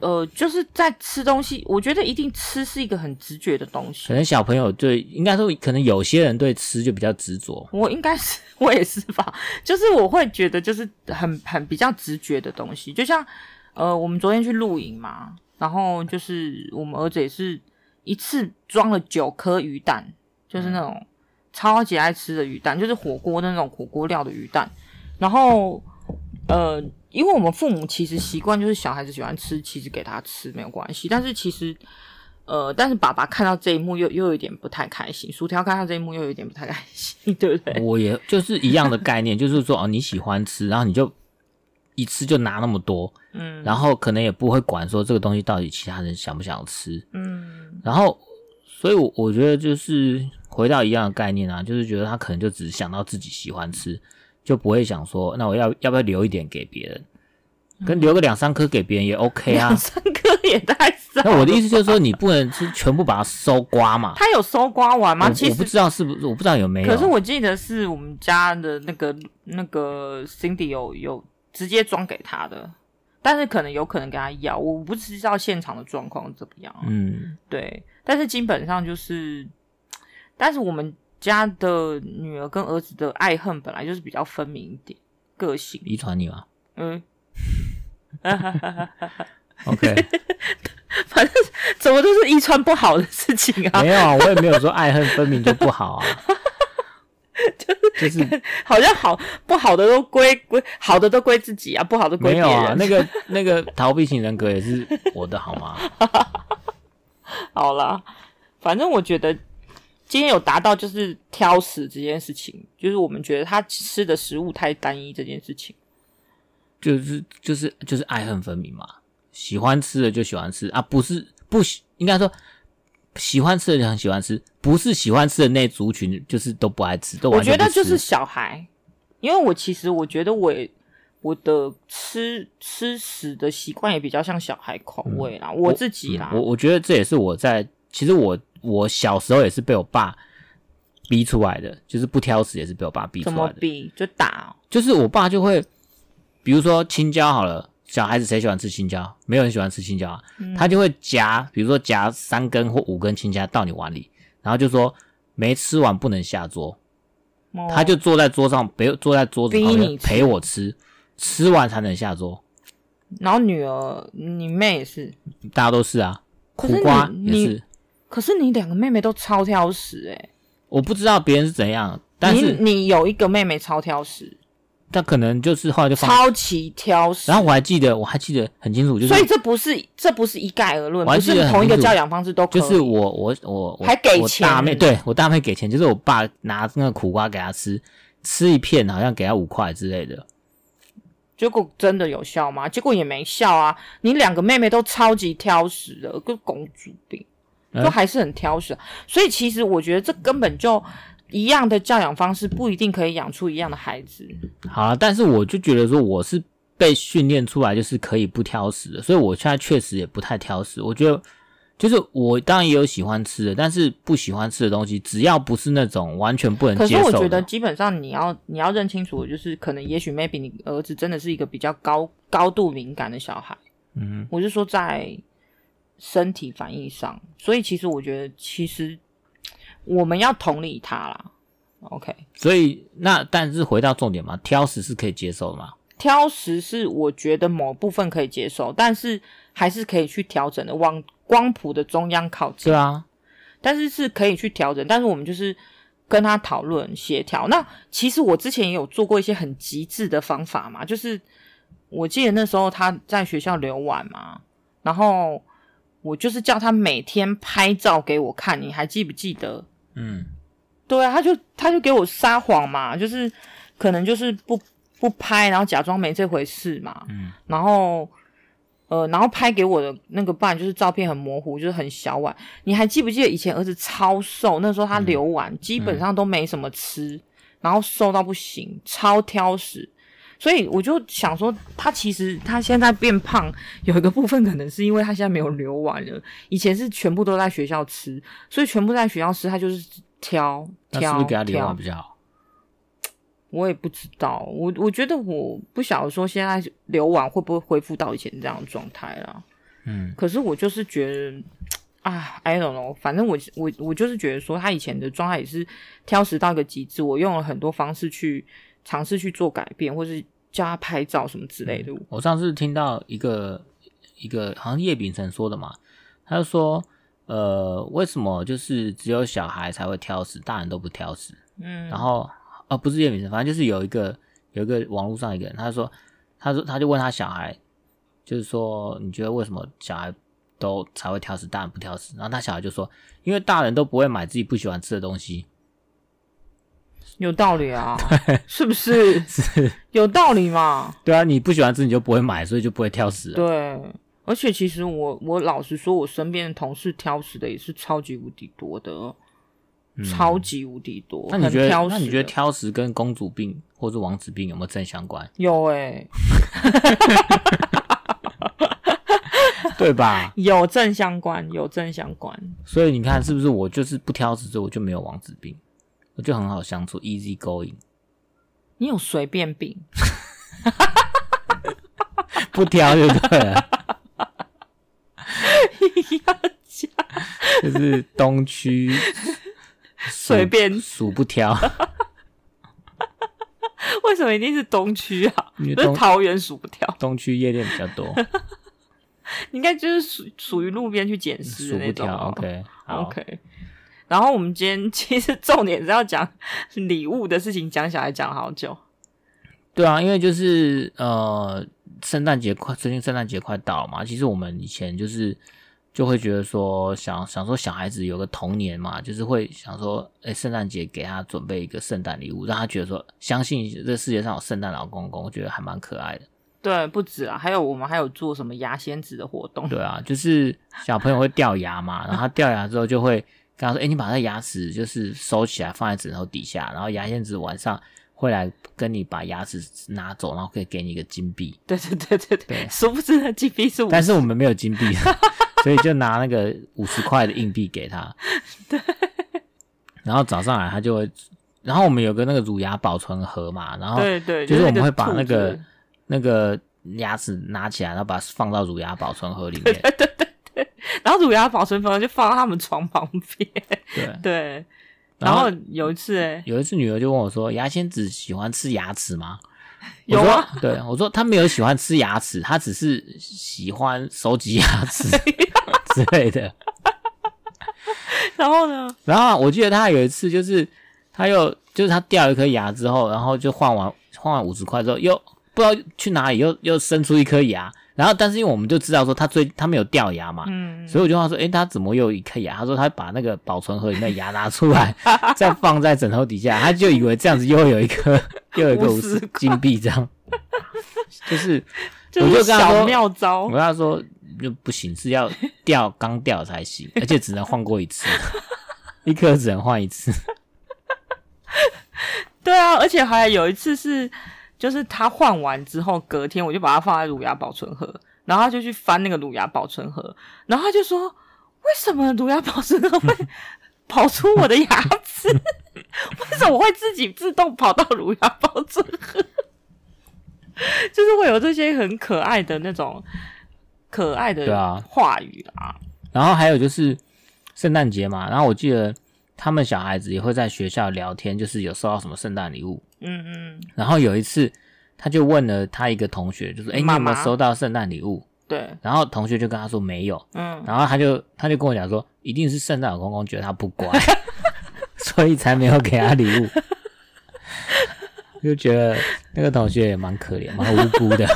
B: 呃，就是在吃东西，我觉得一定吃是一个很直觉的东
A: 可
B: 西。
A: 能小朋友对，应该说，可能有些人对吃就比较执着。
B: 我应该是， (laughs) 我也是吧，就是我会觉得就是很很比较直觉的东西，就像呃，我们昨天去露营嘛，然后就是我们儿子也是一次装了九颗鱼蛋，就是那种超级爱吃的鱼蛋，就是火锅的那种火锅料的鱼蛋。然后，呃，因为我们父母其实习惯就是小孩子喜欢吃，其实给他吃没有关系。但是其实，呃，但是爸爸看到这一幕又又有点不太开心，薯条看到这一幕又有点不太开心，对不对？
A: 我也就是一样的概念，就是说哦，你喜欢吃，然后你就一次就拿那么多，
B: 嗯
A: 然后可能也不会管说这个东西到底其他人想不想吃，
B: 嗯
A: 然后，所以我我觉得就是回到一样的概念啊，就是觉得他可能就只想到自己喜欢吃，就不会想说那我要要不要留一点给别人，跟留个两三颗给别人也 OK 啊
B: 嗯两。三颗也太少。
A: 那我的意思就是说，你不能是全部把它收刮嘛。
B: 他有搜刮完
A: 我
B: 吗？其
A: 我不
B: 实
A: 知道是不是，我不知道有没有。
B: 可是我记得是我们家的那个那个 Cindy 有有直接装给他的，但是可能有可能跟他要，我不知道现场的状况怎么样啊。
A: 嗯，
B: 对，但是基本上就是，但是我们家的女儿跟儿子的爱恨本来就是比较分明一点，个性，
A: 遗传你嘛。
B: 嗯，
A: OK，
B: 反正怎么都是遗传不好的事情
A: (laughs)
B: 啊
A: 没，有啊，我也没有说爱恨分明就不好啊。 (laughs) 就是
B: 好像好不好的都归归好的都归自己啊，不好的
A: 没
B: 归别
A: 有
B: 人。
A: 啊，那个那个逃避型人格也是我的好吗？
B: 好啦，反正我觉得今天有达到就是挑食这件事情，就是我们觉得他吃的食物太单一这件事情。
A: 就是就是就是爱恨分明嘛，喜欢吃的就喜欢吃啊，不是不喜应该说喜欢吃的就很喜欢吃，不是喜欢吃的那族群就是都不爱吃，都
B: 我
A: 完全
B: 觉
A: 不
B: 得就是
A: 吃
B: 小孩，因为我其实我觉得我也我的吃吃食的习惯也比较像小孩口味啦，我自己啦，
A: 嗯我我觉得这也是我在其实我我小时候也是被我爸逼出来的，就是不挑食也是被我爸逼出
B: 怎么
A: 来的，
B: 比就打
A: 就是我爸就会比如说青椒好了。小孩子谁喜欢吃青椒？没有人喜欢吃青椒啊，
B: 嗯
A: 他就会夹，比如说夹三根或五根青椒到你碗里，然后就说没吃完不能下桌。
B: 哦，
A: 他就坐在桌上，陪坐在桌子
B: 逼
A: 旁边
B: 你吃
A: 陪我吃，吃完才能下桌。
B: 然后女儿你妹也是，
A: 大家都是啊，
B: 可
A: 苦
B: 是
A: 瓜
B: 你
A: 也
B: 你
A: 是。
B: 可是你两个妹妹都超挑食哎、
A: 我不知道别人是怎样，但
B: 你
A: 是
B: 你有一个妹妹超挑食，
A: 他可能就是后来就放。
B: 超级挑食，
A: 然后我还记得，我还记得很清楚，就是
B: 所以这不是这不是一概而论，
A: 我还
B: 不
A: 记得
B: 是
A: 很
B: 同一个
A: 清楚
B: 教养方式都可以。
A: 就是我我我我
B: 还给
A: 我
B: 钱
A: 大妹对我大妹给钱，就是我爸拿那个苦瓜给她吃，吃一片好像给她五块之类的。
B: 结果真的有效吗？结果也没效啊！你两个妹妹都超级挑食的，跟公主病，
A: 嗯
B: 都还是很挑食。啊所以其实我觉得这根本就一样的教养方式，不一定可以养出一样的孩子。
A: 好了，但是我就觉得说我是被训练出来就是可以不挑食的，所以我现在确实也不太挑食。我觉得就是我当然也有喜欢吃的，但是不喜欢吃的东西，只要不是那种完全不能
B: 可是
A: 接
B: 我
A: 受
B: 觉得
A: 的，
B: 基本上你要你要认清楚，就是可能也许 maybe 你儿子真的是一个比较高高度敏感的小孩。
A: 嗯，
B: 我是说在身体反应上，所以其实我觉得其实我们要同理他啦。OK，
A: 所以那但是回到重点嘛，挑食是可以接受的嘛？
B: 挑食是我觉得某部分可以接受，但是还是可以去调整的，往光谱的中央靠近
A: 对。啊，
B: 但是是可以去调整，但是我们就是跟他讨论协调。那其实我之前也有做过一些很极致的方法嘛，就是我记得那时候他在学校留晚嘛，然后我就是叫他每天拍照给我看，你还记不记得？
A: 嗯，
B: 对啊，他就他就给我撒谎嘛，就是可能就是不不拍，然后假装没这回事嘛。
A: 嗯，
B: 然后呃，然后拍给我的那个伴就是照片很模糊，就是很小碗。你还记不记得以前儿子超瘦，那时候他流碗、基本上都没什么吃，然后瘦到不行，超挑食。所以我就想说，他其实他现在变胖，有一个部分可能是因为他现在没有流碗了，以前是全部都在学校吃，所以全部在学校吃，他就是挑
A: 那
B: 挑
A: 是不是给他留
B: 挑
A: 完比较好？
B: 我也不知道，我我觉得我不晓得说现在流完会不会恢复到以前这样的状态啦。
A: 嗯，
B: 可是我就是觉得，啊，I don't know，反正我我我就是觉得说他以前的状态也是挑食到一个极致，我用了很多方式去尝试去做改变，或是叫他拍照什么之类的。
A: 我上次听到一个一个好像叶秉成说的嘛，他就说，呃，为什么就是只有小孩才会挑食，大人都不挑食？
B: 嗯
A: 然后啊，不是叶明生，反正就是有一个有一个网络上一个人，他说，他说他就问他小孩，就是说你觉得为什么小孩都才会挑食，大人不挑食？然后他小孩就说，因为大人都不会买自己不喜欢吃的东西。
B: 有道理啊，是不 (laughs) 是？有道理嘛？
A: 对啊，你不喜欢吃你就不会买，所以就不会挑食、啊。
B: 对，而且其实我我老实说，我身边的同事挑食的也是超级无敌多的，哦超级无敌
A: 嗯
B: 多。
A: 那你
B: 很
A: 觉得
B: 挑食
A: 那
B: 的？
A: 你觉得挑食跟公主病或是王子病有没有正相
B: (laughs)
A: 关？
B: 有哎、
A: 对吧？
B: 有正相关，有正相关。
A: 所以你看是不是我就是不挑食，所以我就没有王子病，我就很好相处，easy going，
B: 你有随便病？
A: 不挑就对了。
B: (laughs)
A: 就是东区数
B: (laughs) 随便
A: 数不挑，
B: (laughs) 为什么一定是东区啊？
A: 因为
B: 不是
A: 东
B: 桃园数不掉，
A: 东区夜店比较
B: (laughs)
A: 多，
B: 你 (laughs) 应该就是属属于路边去捡尸
A: 数嗯
B: 的
A: 不
B: 那种
A: 挑。
B: 啊。 (laughs)
A: OK，好
B: OK。然后我们今天 (laughs) 其实重点是要讲礼物的事情，讲小孩讲好久。
A: 对啊，因为就是呃，圣诞节快，最近圣诞节快到了嘛，其实我们以前就是就会觉得说想想说小孩子有个童年嘛，就是会想说，哎、圣诞节给他准备一个圣诞礼物，让他觉得说相信这世界上有圣诞老公公，我觉得还蛮可爱的。
B: 对，不止啊，还有我们还有做什么牙仙子的活动。
A: 对啊，就是小朋友会掉牙嘛，然后他掉牙之后就会跟他说：“哎、你把他牙齿就是收起来，放在枕头底下，然后牙仙子晚上会来跟你把牙齿拿走，然后可以给你一个金币。
B: 对对对对对，
A: 对啊
B: 殊不知那 G P 是我
A: 但是我们没有金币， (laughs) 所以就拿那个五十块的硬币给
B: (laughs)
A: 他。然后早上来他就会，然后我们有个那个乳牙保存盒嘛，然后
B: 对对，
A: 就是
B: 是
A: 我们会把
B: 那
A: 那
B: 个
A: 个
B: 兔子
A: 那个牙齿拿起来，然后把它放到乳牙保存盒里面。
B: 然后乳牙保存盒就放到他们床旁边。
A: 对。
B: 对，然
A: 然后
B: 后有一次哎、
A: 有一次女儿就问我说：“牙仙子喜欢吃牙齿吗？”我
B: 有
A: 说
B: 啊，
A: 对我说她没有喜欢吃牙齿，她只是喜欢收集牙
B: (laughs)
A: 齿之类的。
B: 然后呢，
A: 然后我记得她有一次就是，她又就是她掉了一颗牙之后，然后就换完换完五十块之后，又不知道去哪里又又生出一颗牙。然后但是因为我们就知道说她最她没有掉牙嘛，
B: 嗯，
A: 所以我就问他说：“诶、他怎么又有一颗牙？”他说：“他哎把那个保存盒里面的牙拿出来， (laughs) 再放在枕头底下，他就以为这样子又有一颗，又有一个五
B: 50
A: 十
B: 块
A: 金币这样。”就是
B: 就
A: 我
B: 是
A: 就跟他
B: 小
A: 说
B: 妙
A: 我
B: 招
A: 跟，他说：“就不行，是要掉刚掉才行，而且只能换过一次， (laughs) 一颗只能换一次。
B: 对啊，而且还有一次是，就是他换完之后，隔天我就把它放在乳牙保存盒，然后他就去翻那个乳牙保存盒，然后他就说：“为什么乳牙保存盒会跑出我的牙齿？为什么会自己自动跑到乳牙保存盒？”就是会有这些很可爱的那种可爱
A: 对
B: 的
A: 啊
B: 话语啊，”
A: 然后还有就是圣诞节嘛，然后我记得他们小孩子也会在学校聊天，就是有收到什么圣诞礼物，
B: 嗯嗯，
A: 然后有一次，他就问了他一个同学，就说：“哎、你
B: 妈
A: 有
B: 妈
A: 没有收到圣诞礼物
B: 对？”，
A: 然后同学就跟他说没有，
B: 嗯，
A: 然后他就他就跟我讲说，一定是圣诞老公公觉得他不
B: (laughs)
A: 乖，所以才没有给他礼物。就觉得那个同学也蛮可怜，蛮无辜
B: (laughs)
A: 的。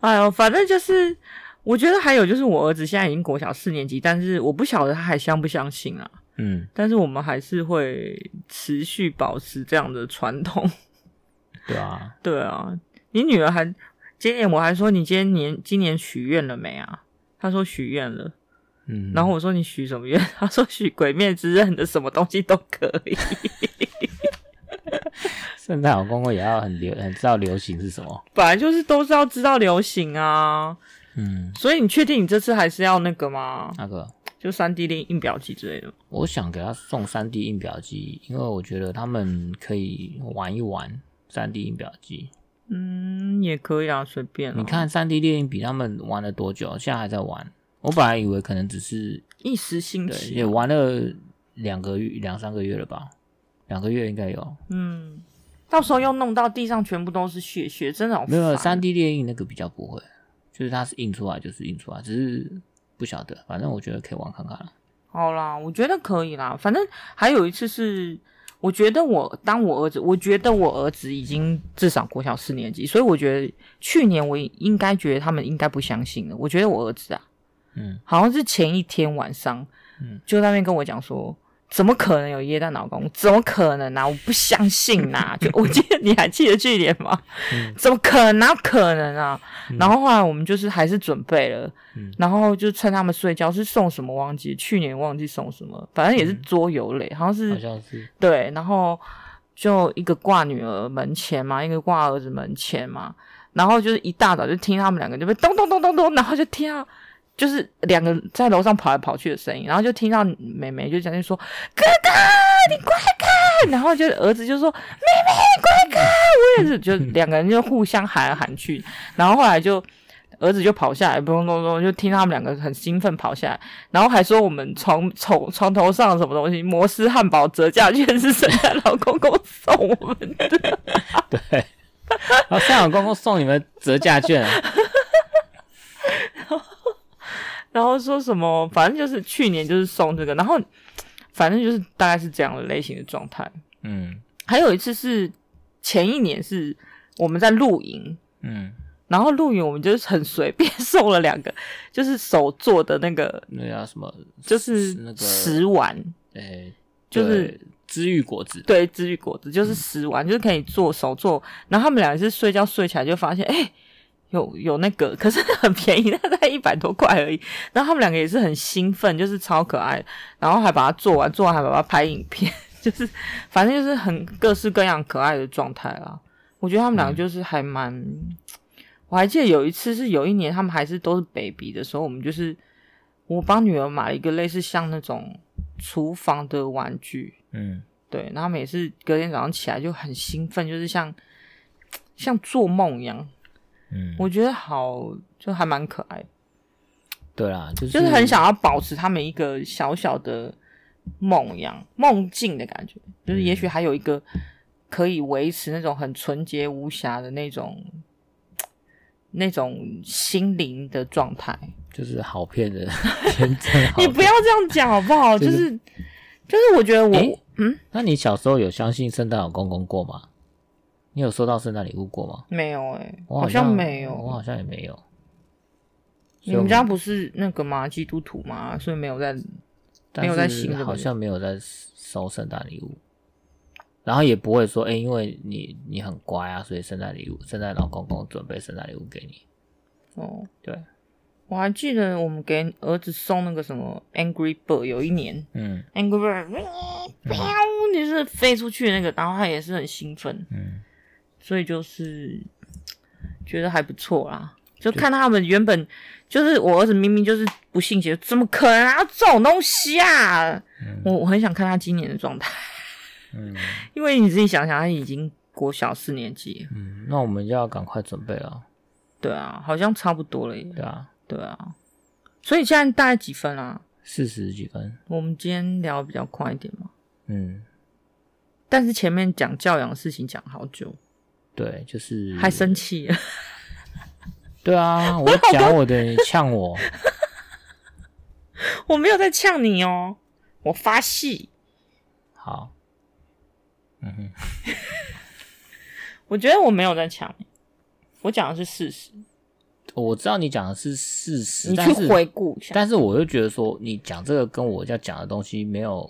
B: 哎呦，反正就是，我觉得还有就是，我儿子现在已经国小四年级，但是我不晓得他还相不相信啊。
A: 嗯，
B: 但是我们还是会持续保持这样的传统。
A: 对啊，
B: 对啊，你女儿还今年我还说你今年今年许愿了没啊？她说许愿了，
A: 嗯，
B: 然后我说你许什么愿？她说许《鬼灭之刃》的什么东西都可以。 (laughs)
A: 圣诞老公公也要很流，很知道流行是什么。
B: 本来就是都是要知道流行啊，
A: 嗯，
B: 所以你确定你这次还是要那个吗？
A: 那个
B: 就三 D 印印表机之类的吗。
A: 我想给他送三 D 印表机，因为我觉得他们可以玩一玩三 D 印表机。
B: 嗯，也可以啊，随便、
A: 你，看三 D 猎鹰比他们玩了多久？现在还在玩。我本来以为可能只是
B: 一时兴
A: 对，
B: 起
A: 也
B: 啊、
A: 玩了两个月、两三个月了吧，两个月应该有。
B: 嗯，到时候又弄到地上全部都是血血，真的好
A: 没有
B: 烦哦
A: 三 D 猎鹰那个比较不会，就是它是印出来就是印出来，只是不晓得，反正我觉得可以玩看看了。
B: 好啦，我觉得可以啦。反正还有一次是，我觉得我当我儿子，我觉得我儿子已经至少国小四年级，所以我觉得去年我应该觉得他们应该不相信了。我觉得我儿子啊，
A: 嗯，
B: 好像是前一天晚上，
A: 嗯，
B: 就在那边跟我讲说。怎么可能有椰蛋老公？怎么可能啊？我不相信呐、
A: (laughs)
B: 就我记得你还记得去年吗？
A: 嗯
B: 怎么可能、哪有可能啊？然后后来我们就是还是准备了，
A: 嗯
B: 然后就趁他们睡觉是送什么忘记，去年忘记送什么，反正也是桌游类，好像
A: 嗯好
B: 是
A: 像是，
B: 对，然后就一个挂女儿门前嘛，一个挂儿子门前嘛，然后就是一大早就听他们两个就被咚咚咚咚咚，然后就听到。就是两个在楼上跑来跑去的声音，然后就听到妹妹就讲就说：“哥哥，你快看！”然后就儿子就说：“妹妹，快看！”我也是，就两个人就互相喊来喊去，然后后来就儿子就跑下来，咚咚咚，就听他们两个很兴奋跑下来，然后还说我们床床床头上什么东西，摩斯汉堡折价券是圣诞老公公送我们 (laughs) 的。
A: 然后三好公公送你们折价券啊，
B: 然后说什么，反正就是去年就是送这个，然后反正就是大概是这样的类型的状态。
A: 嗯
B: 还有一次是前一年是我们在露营，
A: 嗯，
B: 然后露营我们就是很随便送了两个，就是手做的那个，
A: 那叫什么？
B: 就是
A: 那个
B: 食玩，
A: 诶，
B: 就是
A: 对知遇果子，
B: 对，治愈果子就是食玩，就是可以做手做。然后他们俩是睡觉睡起来就发现，哎、有有那个，可是很便宜， (laughs) 大概一百多块而已。然后他们两个也是很兴奋，就是超可爱，然后还把它做完，做完还把它拍影片， (laughs) 就是反正就是很各式各样可爱的状态啦。我觉得他们两个就是还蛮，我还记得有一次是有一年他们还是都是 baby 的时候，我们就是我帮女儿买了一个类似像那种厨房的玩具，
A: 嗯
B: 对，然后他们也是隔天早上起来就很兴奋，就是像像做梦一样。
A: 嗯，
B: 我觉得好，就还蛮可爱，
A: 对啦，就是
B: 就是很想要保持他们一个小小的梦一样梦境的感觉，就是也
A: 嗯
B: 许还有一个可以维持那种很纯洁无瑕的那种那种心灵的状态。
A: 就是好骗人， (laughs) 天真好
B: 你。不要这样讲好不好？就
A: (laughs) 就是
B: 是就是，我觉得我、
A: 诶那你小时候有相信圣诞老公公过吗？你有收到圣诞礼物过吗？
B: 没有哎、
A: 我
B: 好
A: 像
B: 没有，
A: 我好像也没有。
B: 你们家不是那个吗？基督徒吗？所以没有在没有在信这个
A: 好
B: 人
A: 像没有在收圣诞礼物，然后也不会说，哎、因为你你很乖啊，所以圣诞礼物，圣诞老公公准备圣诞礼物给你。
B: 哦。
A: 对，
B: 我还记得我们给儿子送那个什么 Angry Bird，有一年嗯
A: 嗯
B: Angry Bird，喵，就是飞出去的那个，然后他也是很兴奋，
A: 嗯，
B: 所以就是觉得还不错啦。就看他们原本就是我儿子明明就是不信邪，怎么可能啊这种东西啊！我我很想看他今年的状态，
A: 嗯
B: 因为你自己想想，他已经国小四年级了，
A: 嗯，那我们就要赶快准备了，
B: 对啊，好像差不多了耶。
A: 对啊，
B: 对啊，所以现在大概几分啦、啊
A: 四十几分，
B: 我们今天聊得比较快一点嘛，
A: 嗯，
B: 但是前面讲教养的事情讲好久，
A: 对，就是
B: 还生气了。 (laughs)
A: 对啊，我讲我的，你呛我，
B: 我没有在呛你哦，我发誓。
A: 好，嗯哼，
B: 我觉得我没有在呛你，我讲的是事实。
A: 我知道你讲的是事实，
B: 你
A: 但
B: 去
A: 是
B: 回顾一下，
A: 但是我就觉得说，你讲这个跟我要讲的东西没有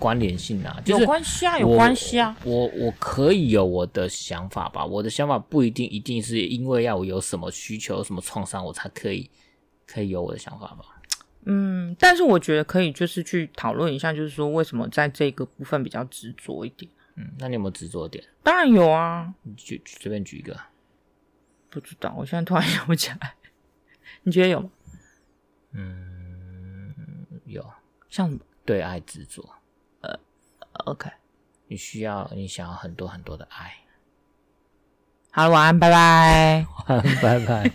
A: 关联性啊，就是
B: 有关系啊，
A: 我
B: 有关系啊。。
A: 我我可以有我的想法吧，我的想法不一定一定是因为要我有什么需求、有什么创伤，我才可以可以有我的想法吧。
B: 嗯，但是我觉得可以，就是去讨论一下，就是说为什么在这个部分比较执着一点。
A: 嗯，那你有没有执着点？
B: 当然有啊，
A: 你就随便举一个，
B: 不知道，我现在突然想不起来。 (laughs) 你觉得有吗？
A: 嗯有
B: 像什么
A: 对爱执着，
B: ？OK，
A: 你需要你想要很多很多的爱。
B: 好，晚安，拜拜。
A: 拜拜。